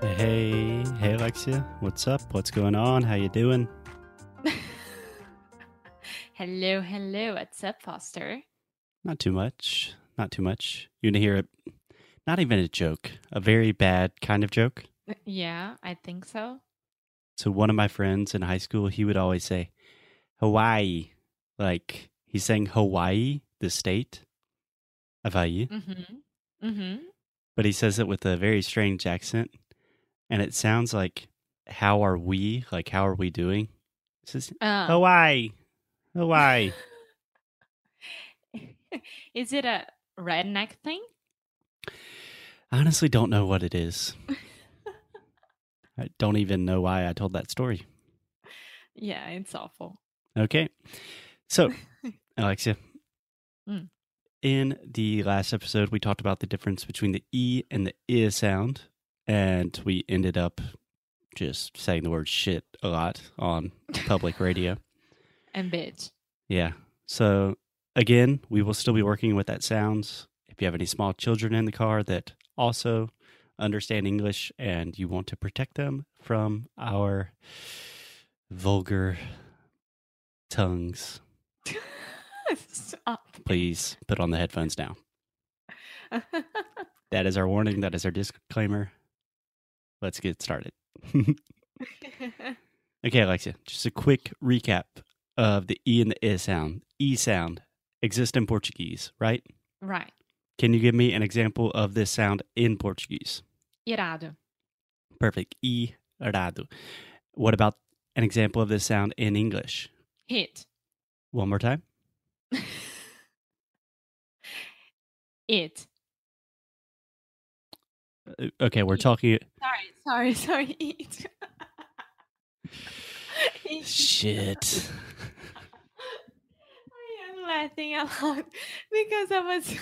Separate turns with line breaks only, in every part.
Hey, hey Alexia, what's up? What's going on? How you doing?
Hello, hello. What's up, Foster?
Not too much. Not too much. You're gonna hear it. Not even a joke. A very bad kind of joke.
Uh, Yeah, I think so.
So one of my friends in high school, he would always say Hawaii. Like he's saying Hawaii, the state of Hawaii.
Mm-hmm. Mm-hmm.
But he says it with a very strange accent. And it sounds like how are we? Like how are we doing? He says
Uh,
Hawaii. Hawaii.
is it a redneck thing?
I honestly don't know what it is. I don't even know why I told that story.
Yeah, it's awful.
Okay. So, Alexia,
Mm.
in the last episode, we talked about the difference between the E and the I sound, and we ended up just saying the word shit a lot on public radio.
And bitch.
Yeah. So, again, we will still be working with that sounds. If you have any small children in the car that also understand English and you want to protect them from our vulgar tongues,
Stop.
please put on the headphones now. That is our warning. That is our disclaimer. Let's get started. okay, Alexia, just a quick recap of the E and the I sound. E sound exist in Portuguese, right?
right.
Can you give me an example of this sound in Portuguese?
Irado.
Perfect. E rado. What about an example of this sound in English?
Hit.
One more time.
It.
Uh, Okay, we're
E.
talking.
Sorry, sorry, sorry. It. It.
Shit.
I am laughing a lot because I was.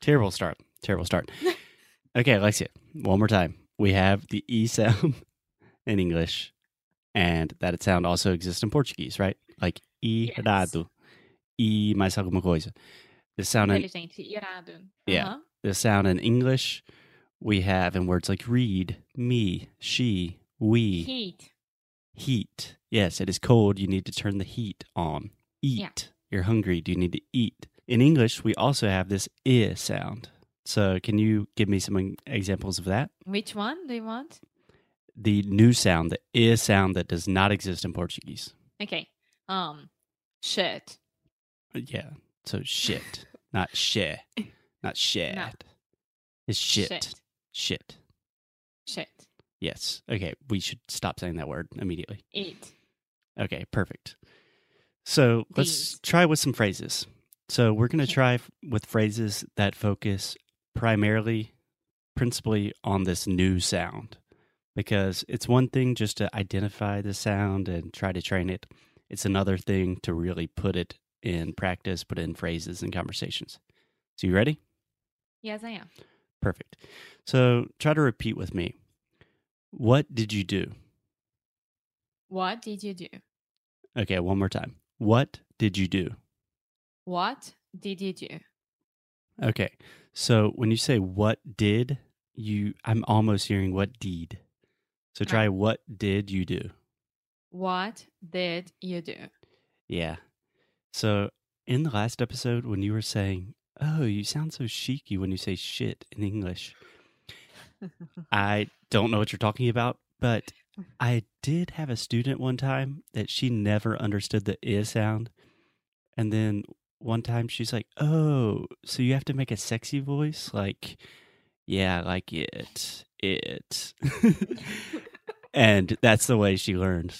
Terrible start. Terrible start. Okay, Alexia, one more time. We have the E sound in English, and that sound also exists in Portuguese, right? Like E
Yes.
rado. E mais alguma coisa. This sound in
Inteligente, irado.
Yeah.
Uh-huh.
the sound in English we have in words like read, me, she, we,
Heat.
heat. Yes, it is cold. You need to turn the heat on. Eat.
Yeah.
You're hungry. Do you need to eat? In English, we also have this I sound. So, can you give me some en- examples of that?
Which one do you want?
The new sound, the I sound that does not exist in Portuguese.
Okay. Um, shirt.
Yeah. So, shit. not shit. Not shit. It's shit. Shit. Shit.
Shit.
Yes. Okay. We should stop saying that word immediately.
Eat.
Okay, perfect. So let's
These.
try with some phrases. So we're going to
Okay.
try f- with phrases that focus primarily, principally on this new sound, because it's one thing just to identify the sound and try to train it. It's another thing to really put it in practice, put it in phrases and conversations. So you ready?
Yes, I am.
Perfect. So try to repeat with me. What did you do?
What did you do?
Okay, one more time. What did you do?
What did you do?
Okay. So when you say what did you I'm almost hearing what deed. So
Right.
try what did you do?
What did you do?
Yeah. So in the last episode when you were saying, "Oh, you sound so cheeky when you say shit in English." I don't know what you're talking about, but I did have a student one time that she never understood the i sound. And then one time she's like, "Oh, so you have to make a sexy voice like yeah, like it. It." and that's the way she learned.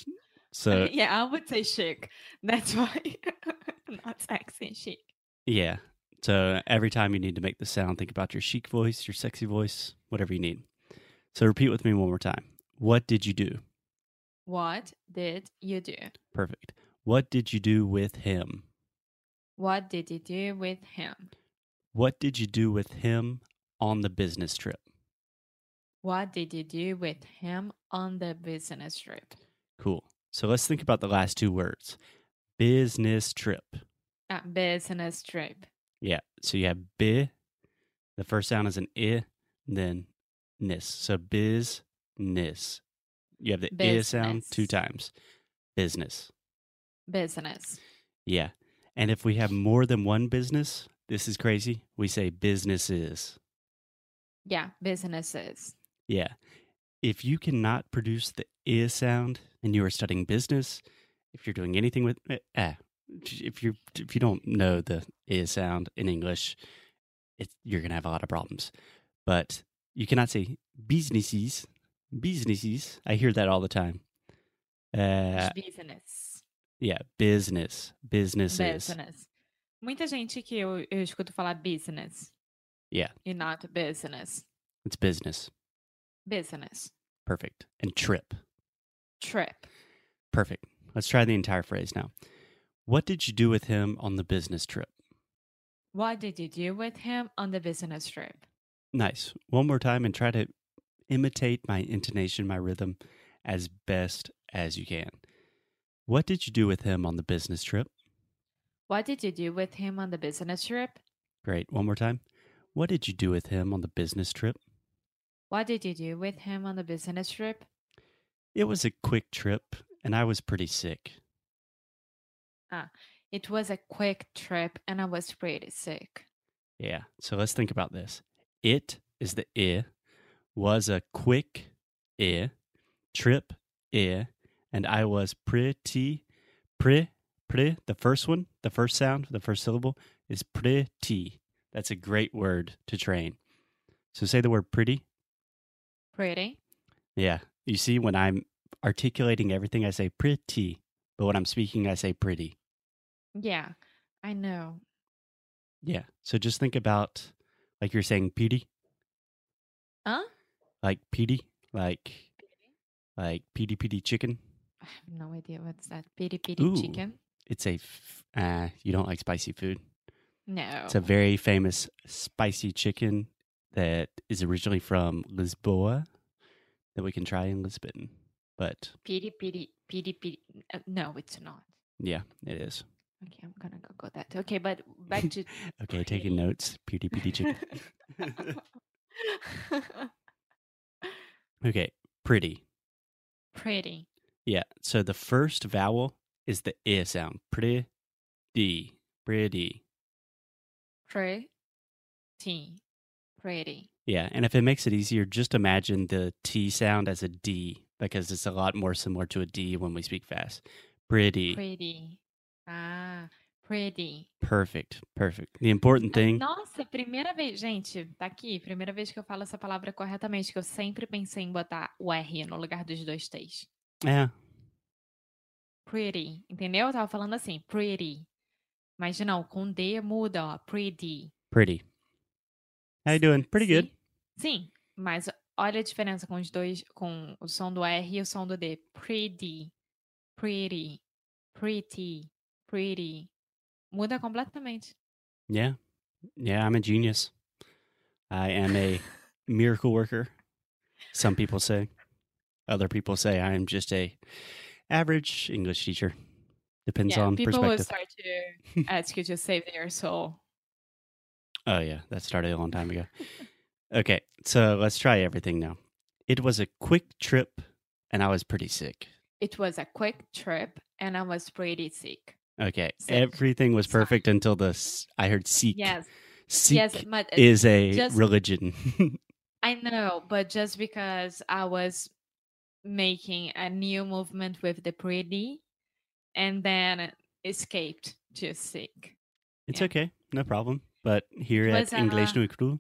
So,
yeah, I would say chic. That's why. Not sexy chic.
yeah. So every time you need to make the sound, think about your chic voice, your sexy voice, whatever you need. So repeat with me one more time. What did you do?
What did you do?
Perfect. What did you do with him?
What did you do with him?
What did you do with him on the business trip?
What did you do with him on the business trip?
Cool. So let's think about the last two words business trip.
Uh, business trip.
Yeah. So you have bi. The first sound is an i, then nis. So business. You have the i sound two
Business.
times. Business.
Business.
Yeah. And if we have more than one business, this is crazy. We say businesses.
Yeah, businesses.
Yeah. If you cannot produce the i sound and you are studying business, if you're doing anything with eh, ah, if you if you don't know the i sound in English, it, you're gonna have a lot of problems. But you cannot say businesses, businesses. I hear that all the time. Uh,
Os business.
yeah, business, businesses.
Business. Muita gente que eu, eu escuto falar business.
Yeah.
E not business.
It's business.
Business.
Perfect. And trip.
Trip.
Perfect. Let's try the entire phrase now. What did you do with him on the business trip?
What did you do with him on the business trip?
Nice. One more time and try to imitate my intonation, my rhythm as best as you can. What did you do with him on the business trip?
What did you do with him on the business trip?
Great. One more time. What did you do with him on the business trip?
What did you do with him on the business trip?
It was a quick trip and I was pretty sick.
It was a quick trip and I was pretty sick.
Yeah. So let's think about this. It is the i, was a quick i, trip i, and I was pretty, pre, pre. The first one, the first sound, the first syllable is pretty. That's a great word to train. So say the word pretty.
Pretty?
Yeah. You see, when I'm articulating everything, I say pretty, but when I'm speaking, I say pretty.
Yeah, I know.
Yeah. So just think about like you're saying Petey,
Huh?
like Petey, like like PD PD chicken.
I have no idea what's that. Piri piri
Ooh.
chicken?
It's a f- uh, you don't like spicy food.
No.
It's a very famous spicy chicken that is originally from Lisboa that we can try in Lisbon. But
Piri piri piri piri. Uh, no, it's not.
yeah, it is.
Okay, I'm gonna Google that. Okay, but back to.
Okay, taking notes. PD PD chicken. okay, pretty.
pretty.
Yeah. So the first vowel is the i sound. Pretty, pretty.
Pretty. Pretty.
Yeah, and if it makes it easier, just imagine the T sound as a D because it's a lot more similar to a D when we speak fast. Pretty.
Pretty. Ah, pretty.
Perfect. Perfect. The important thing.
Nossa, primeira vez, gente, tá aqui, primeira vez que eu falo essa palavra corretamente, que eu sempre pensei em botar o R no lugar dos dois T's.
Yeah.
Pretty, entendeu? Eu tava falando assim, pretty. Mas não, com D muda, ó, pretty.
Pretty. How you doing? Pretty good.
Sim? Sim, mas olha a diferença com os dois, com o som do R e o som do D. Pretty, pretty, pretty, pretty. Muda completamente.
Yeah. Yeah, I'm a genius. I am a miracle worker. Some people say. Other people say I am just a average English teacher. Depends
Yeah,
on
people will
perspective.
start to ask you to save their soul.
Oh yeah, that started a long time ago. okay, so let's try everything now. It was a quick trip and I was pretty sick.
It was a quick trip and I was pretty sick.
Okay,
Sick.
everything was
Sorry.
perfect until the s- I heard seek.
Yes.
Seek
yes, but uh,
is a
just-
religion.
I know, but just because I was making a new movement with the pretty and then escaped to sick.
it's
Yeah.
okay, no problem. But here
It
at
was,
English
uh,
New Crew,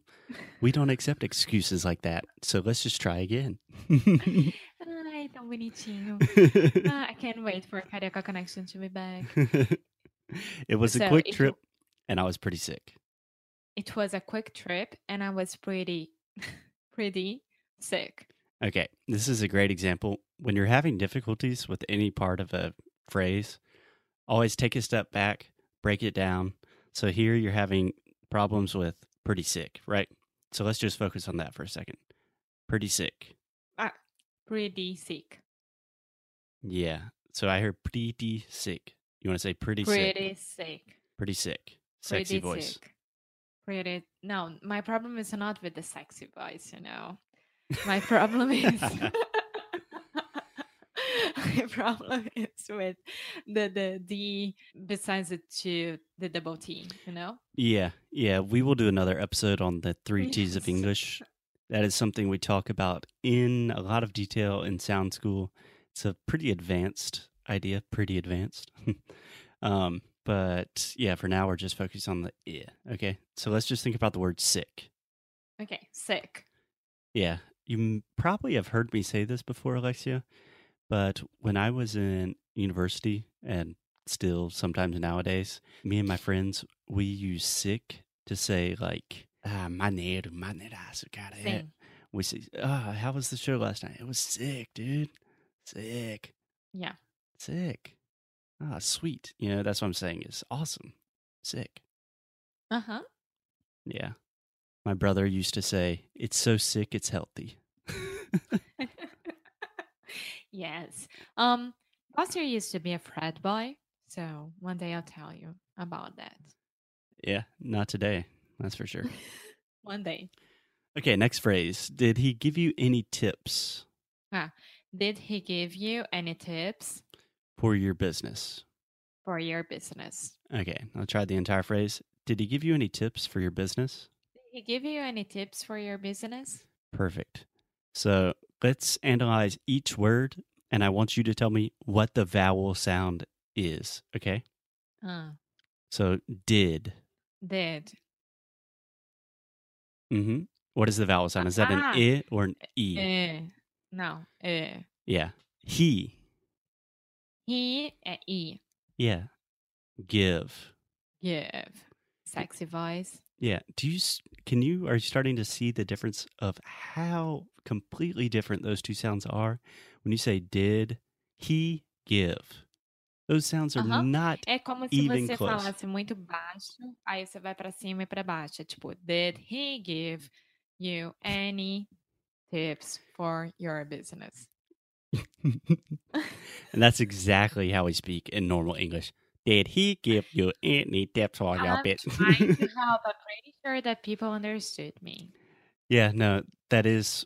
we don't accept excuses like that. So let's just try again.
Ai, tão bonitinho. Ah, I can't wait for Carioca Connection to be back.
it was
So
a quick
if you-
trip and I was pretty sick.
It was a quick trip and I was pretty, pretty sick.
Okay, this is a great example. When you're having difficulties with any part of a phrase, always take a step back, break it down. So here you're having problems with pretty sick, right? So let's just focus on that for a second. Pretty sick.
Ah, pretty sick.
Yeah. So I heard pretty sick. You want to say pretty,
Pretty
sick?
sick.
Pretty sick. Sexy
pretty
voice.
Sick. Pretty. No, my problem is not with the sexy voice, you know. My problem is. my problem is with the the D besides the two the double T, you know.
Yeah, yeah. We will do another episode on the three T's of
Yes.
English. That is something we talk about in a lot of detail in sound school. It's a pretty advanced idea, pretty advanced. um, but yeah, for now we're just focused on the yeah. Okay, so let's just think about the word sick.
Okay, sick.
Yeah, you m- probably have heard me say this before, Alexia, but when I was in university and still sometimes nowadays, me and my friends, we use sick to say like, ah, maneiro, maneiras, cara. eh."
Thing.
We say, ah, how was the show last night? It was sick, dude. Sick.
Yeah.
Sick. Ah, sweet. You know, that's what I'm saying. It's awesome. Sick.
Uh huh.
Yeah. My brother used to say, it's so sick, it's healthy.
yes. Um, Buster used to be a frat boy, so one day I'll tell you about that.
Yeah, not today. That's for sure.
one day.
Okay, next phrase. Did he give you any tips
Did he give you any tips
for your business?
for your business?
Okay, I'll try the entire phrase. Did he give you any tips for your business?
Did he give you any tips for your business?
Perfect. So let's analyze each word, and I want you to tell me what the vowel sound is. Okay,
Uh,
so did.
did.
Mm-hmm. What is the vowel sound? Is that an
Ah.
i or an e?
Eh, no. eh.
Yeah. He.
He eh, e
Yeah. Give.
give sexy voice.
Yeah. Do you s- can you are you starting to see the difference of how completely different those two sounds are when you say did he give? Those sounds are
Uh-huh.
not
É como se
Even
você
close.
falasse muito baixo, aí você vai pra cima e pra baixo. É tipo, did he give you any tips for your business?
and that's exactly how we speak in normal English. Did he give you any tips for your
I'm trying
bit?
to help. Ah, I'm pretty sure that people understood me.
yeah, no, that is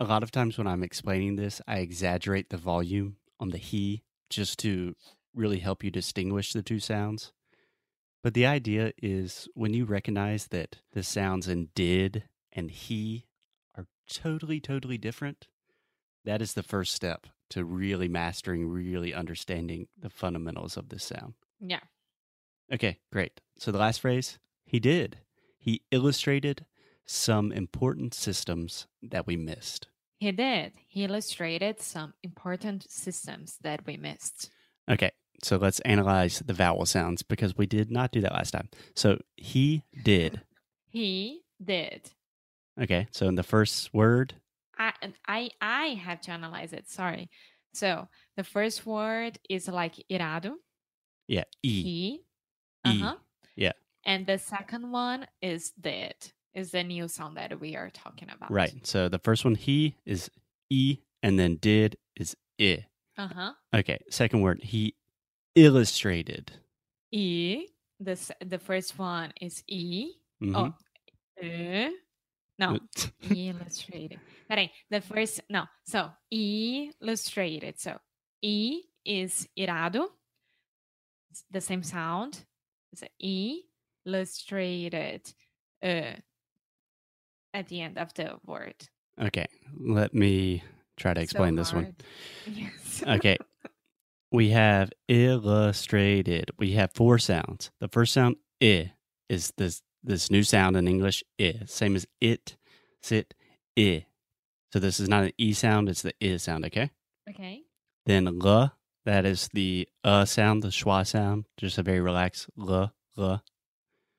a lot of times when I'm explaining this, I exaggerate the volume on the he just to really help you distinguish the two sounds. But the idea is when you recognize that the sounds in did and he are totally, totally different, that is the first step to really mastering, really understanding the fundamentals of this sound.
Yeah.
Okay, great. So the last phrase, he did. He illustrated some important systems that we missed.
He did. He illustrated some important systems that we missed.
Okay, so let's analyze the vowel sounds because we did not do that last time. So he did.
He did.
Okay, so in the first word,
I and I I have to analyze it. Sorry. So the first word is like irado.
yeah, e.
He.
E,
Uh-huh.
yeah.
And the second one is did. Is the new sound that we are talking about.
Right. So the first one, he is e, and then did is i.
Uh-huh.
Okay, second word, he illustrated.
E. The s- the first one is E.
Mhm.
Oh. E. No. E illustrated. Peraí, the first não. So E illustrated. So i is irado. It's the same sound. It's e illustrated uh, at the end of the word.
okay, let me try to
So
explain this one. Uh,
hard. Yes.
Okay. We have illustrated. We have four sounds. The first sound i is this this new sound in English i, same as it, sit, i. So this is not an e sound, it's the i sound, okay?
okay.
Then l, that is the uh sound, the schwa sound, just a very relaxed l, l.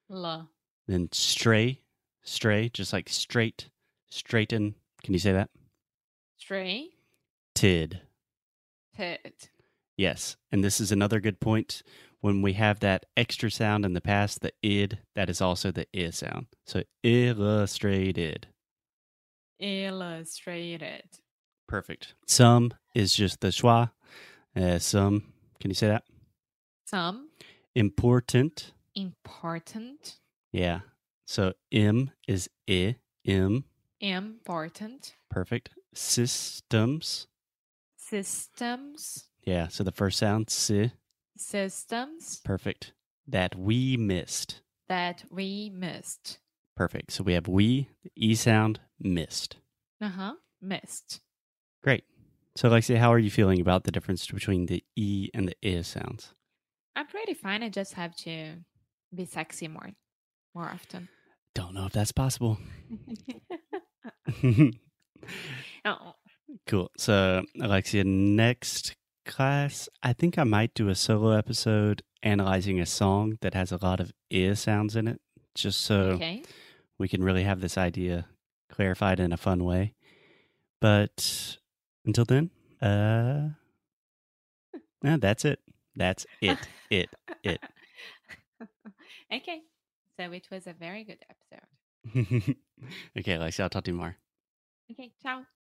La.
Then stray, stray, just like straight, straighten. Can you say that?
Stray,
Tid.
tit.
Yes. And this is another good point. When we have that extra sound in the past, the id, that is also the i sound. So illustrated.
Illustrated.
Perfect. Some is just the schwa. Uh, some, can you say that?
Some
Important.
important.
Yeah. So M is I, M.
Important.
Perfect. Systems.
Systems.
Yeah. So the first sound, si.
Systems
Perfect. That we missed.
that we missed.
Perfect. So we have we, the E sound, missed.
Uh huh. Missed.
Great. So, Lexi, how are you feeling about the difference between the E and the I sounds?
I'm pretty fine. I just have to be sexy more, more often.
Don't know if that's possible.
oh,
cool. So, Alexia, next class, I think I might do a solo episode analyzing a song that has a lot of I sounds in it, just so.
okay.
we can really have this idea clarified in a fun way. But until then, uh, no, that's it. That's it. It. it.
okay. So it was a very good episode.
okay, Lexi, I'll talk to you more.
Okay. Ciao.